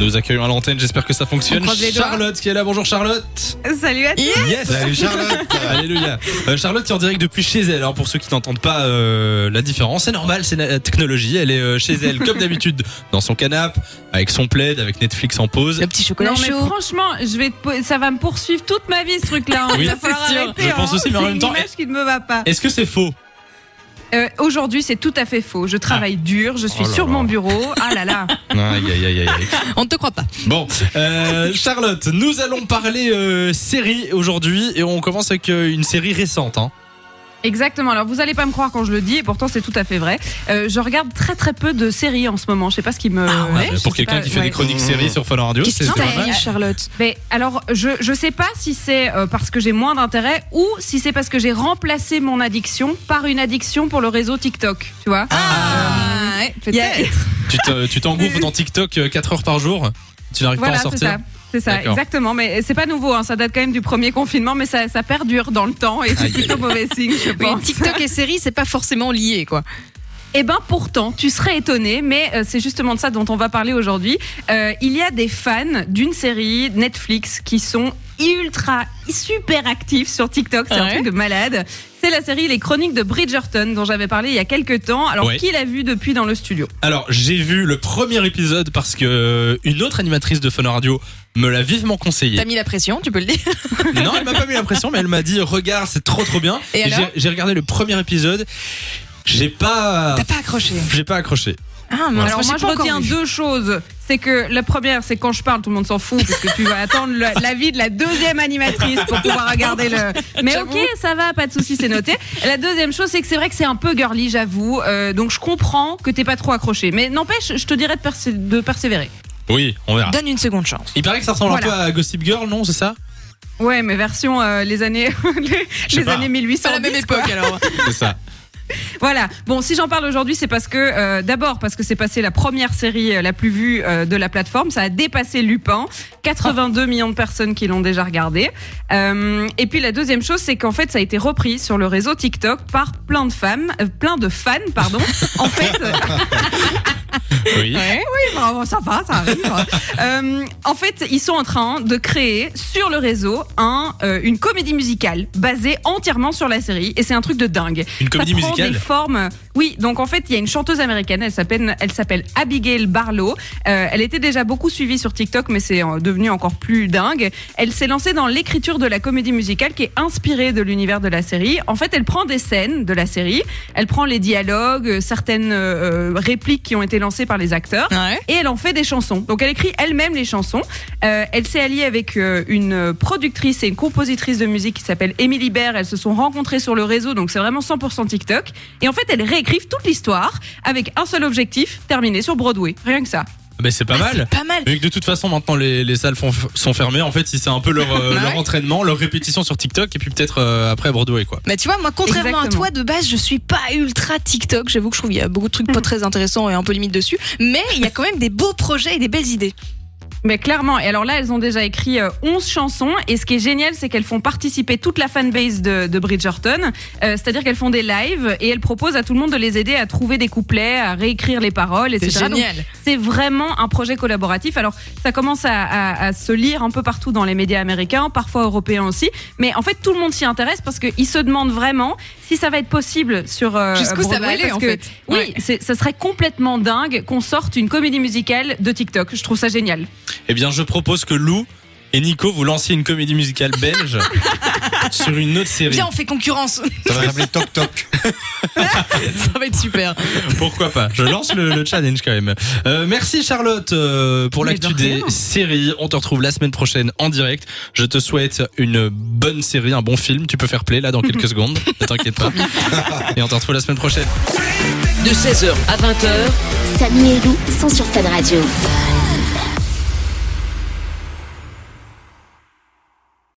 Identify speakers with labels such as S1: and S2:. S1: nous accueillons à l'antenne. J'espère que ça fonctionne.
S2: On croise les doigts.
S1: Charlotte qui est là. Bonjour Charlotte.
S2: Salut à tous.
S1: Yes.
S3: Salut Charlotte
S1: Alléluia. Euh, Charlotte est en direct depuis chez elle. Alors pour ceux qui n'entendent pas euh, la différence, c'est normal, c'est la technologie. Elle est euh, chez elle comme d'habitude dans son canapé avec son plaid, avec Netflix en pause.
S4: Le petit chocolat
S2: Non mais
S4: chaud.
S2: franchement, je vais te po- ça va me poursuivre toute ma vie ce truc-là. hein.
S1: Oui,
S2: Il va falloir
S4: c'est sûr.
S2: arrêter,
S1: Je pense
S2: hein.
S1: aussi, mais en
S2: C'est
S1: même
S2: une
S1: temps,
S2: image qui ne me va pas.
S1: Est-ce que c'est faux
S2: Euh, Aujourd'hui, c'est tout à fait faux. Je travaille dur, je suis
S1: Oh là
S2: sur
S1: là.
S2: mon bureau. Ah là là.
S1: Aïe aïe aïe aïe. aïe.
S4: On ne te croit pas.
S1: Bon, euh, Charlotte, nous allons parler euh, série aujourd'hui et on commence avec euh, une série récente. Hein.
S2: Exactement. Alors vous allez pas me croire quand je le dis, et pourtant c'est tout à fait vrai. Euh, je regarde très très peu de séries en ce moment. Je sais pas ce qui me.
S4: Ah ouais
S2: Eh, je sais
S1: Pour quelqu'un
S2: pas,
S1: qui fait
S2: ouais.
S1: des chroniques séries sur Fun Radio,
S4: Qu'est-ce
S1: c'est
S4: qui
S1: c'est
S2: t'arrive
S1: vrai.
S4: t'arrive, Charlotte
S2: Mais alors, je je sais pas si c'est euh, parce que j'ai moins d'intérêt ou si c'est parce que j'ai remplacé mon addiction par une addiction pour le réseau TikTok. Tu vois
S4: Ah, ouais,
S2: Il y a-
S4: peut-être.
S1: Tu te- tu t'engouffres dans TikTok 4 heures par jour, tu n'arrives
S2: Voilà,
S1: pas à en
S2: c'est
S1: sortir.
S2: ça. C'est ça,
S1: D'accord.
S2: exactement. Mais c'est pas nouveau, hein. ça date quand même du premier confinement, mais ça, ça perdure dans le temps et c'est
S1: Aïe,
S2: plutôt mauvais signe, je
S4: Oui,
S2: pense.
S4: TikTok et série, c'est pas forcément lié, quoi.
S2: Eh ben pourtant, tu serais étonné, mais euh, c'est justement de ça dont on va parler aujourd'hui. Euh, il y a des fans d'une série Netflix qui sont ultra, super actifs sur TikTok, c'est un
S4: Ouais.
S2: truc de malade. C'est la série Les Chroniques de Bridgerton dont j'avais parlé il y a quelques temps. Alors
S1: Ouais.
S2: qui l'a vu depuis dans le studio
S1: Alors, j'ai vu le premier épisode parce que euh, une autre animatrice de Fun Radio me l'a vivement conseillé.
S4: T'as mis la pression, tu peux le dire.
S1: non, elle m'a pas mis l'impression, mais elle m'a dit regarde, c'est trop trop bien.
S4: Et alors
S1: j'ai- j'ai regardé le premier épisode. J'ai pas,
S4: T'as pas accroché.
S1: j'ai pas accroché.
S4: Ah, mince,
S2: Alors moi
S4: j'ai
S2: je
S4: pas encore
S2: retiens
S4: vu.
S2: deux choses. C'est que la première, c'est quand je parle, tout le monde s'en fout parce que tu vas attendre le- l'avis de la deuxième animatrice pour pouvoir regarder le. Mais
S4: J'avoue.
S2: ok, ça va, pas de souci, c'est noté. La deuxième chose, c'est que c'est vrai que c'est un peu girly, j'avoue. Euh, donc je comprends que t'es pas trop accroché, mais n'empêche, je te dirais de, persé- de persévérer.
S1: Oui, on verra.
S4: Donne une seconde chance.
S1: Il paraît que ça ressemble un
S2: Voilà.
S1: peu à Gossip Girl, non, c'est ça
S2: Ouais, mais version euh, les années les,
S1: Je sais
S2: les
S1: pas.
S2: années 1800.
S4: C'est à la même époque, alors.
S1: C'est ça.
S2: Voilà. Bon, si j'en parle aujourd'hui, c'est parce que euh, d'abord parce que c'est passé la première série euh, la plus vue euh, de la plateforme. Ça a dépassé Lupin. 82 millions de personnes qui l'ont déjà regardé. Euh, et puis la deuxième chose, c'est qu'en fait, ça a été repris sur le réseau TikTok par plein de femmes, euh, plein de fans, pardon. en fait. euh,
S1: Oui.
S2: oui, bon, ça va, ça arrive. Euh, en fait, ils sont en train de créer sur le réseau un, euh, une comédie musicale basée entièrement sur la série. Et c'est un truc de dingue.
S1: Une comédie
S2: ça prend
S1: musicale
S2: des formes. Oui, donc en fait, il y a une chanteuse américaine, elle s'appelle, elle s'appelle Abigail Barlow. Euh, elle était déjà beaucoup suivie sur TikTok, mais c'est euh, devenu encore plus dingue. Elle s'est lancée dans l'écriture de la comédie musicale qui est inspirée de l'univers de la série. En fait, elle prend des scènes de la série, elle prend les dialogues, euh, certaines euh, euh, répliques qui ont été lancées par les acteurs
S4: Ouais.
S2: et elle en fait des chansons. Donc elle écrit elle-même les chansons. Euh, elle s'est alliée avec euh, une productrice et une compositrice de musique qui s'appelle Émilie Baird. Elles se sont rencontrées sur le réseau, donc c'est vraiment 100% TikTok. Et en fait, elles réécrivent toute l'histoire avec un seul objectif, terminer sur Broadway. Rien que ça.
S1: Mais ben, Bah, c'est pas
S4: Ah,
S1: mal.
S4: c'est Pas mal.
S1: Vu que de toute façon maintenant les, les salles font- sont fermées, en fait si c'est un peu leur, euh,
S2: Bah
S4: Ouais.
S1: leur entraînement, leur répétition sur TikTok et puis peut-être euh, après Broadway quoi.
S4: Mais tu vois, moi, contrairement à
S2: Exactement.
S4: toi, de base, je suis pas ultra TikTok. J'avoue que je trouve qu'il y a beaucoup de trucs pas très intéressants et un peu limite dessus. Mais il y a quand même des beaux projets et des belles idées.
S2: Mais clairement, et alors là, elles ont déjà écrit euh, 11 chansons, et ce qui est génial, c'est qu'elles font participer toute la fanbase de, de Bridgerton, Euh, c'est-à-dire qu'elles font des lives, et elles proposent à tout le monde de les aider à trouver des couplets, à réécrire les paroles,
S4: C'est
S2: etc. Donc,
S4: génial.
S2: C'est vraiment un projet collaboratif. Alors, ça commence à, à- à se lire un peu partout dans les médias américains, parfois européens aussi. Mais en fait, tout le monde s'y intéresse parce qu'ils se demandent vraiment si ça va être possible sur. euh,
S4: Jusqu'où ça va
S2: Broadway,
S4: aller,
S2: parce
S4: en
S2: que,
S4: fait.
S2: Oui,
S4: Ouais.
S2: c'est- ça serait complètement dingue qu'on sorte une comédie musicale de TikTok. Je trouve ça génial.
S1: Eh bien je propose que Lou et Nico vous lanciez une comédie musicale belge sur une autre série.
S4: Viens, on fait concurrence.
S3: Ça va s'appeler Toc Toc.
S4: ça va être super.
S1: Pourquoi pas Je lance le, le challenge quand même. Euh, merci Charlotte euh, pour
S2: Mais de
S1: l'actu des
S2: rien.
S1: séries. On te retrouve la semaine prochaine en direct. Je te souhaite une bonne série, un bon film. Tu peux faire play là dans quelques secondes. Ne t'inquiète pas. Et on te retrouve la semaine prochaine.
S5: De 16h à 20h,
S6: Samy et Lou sont sur Fan Radio.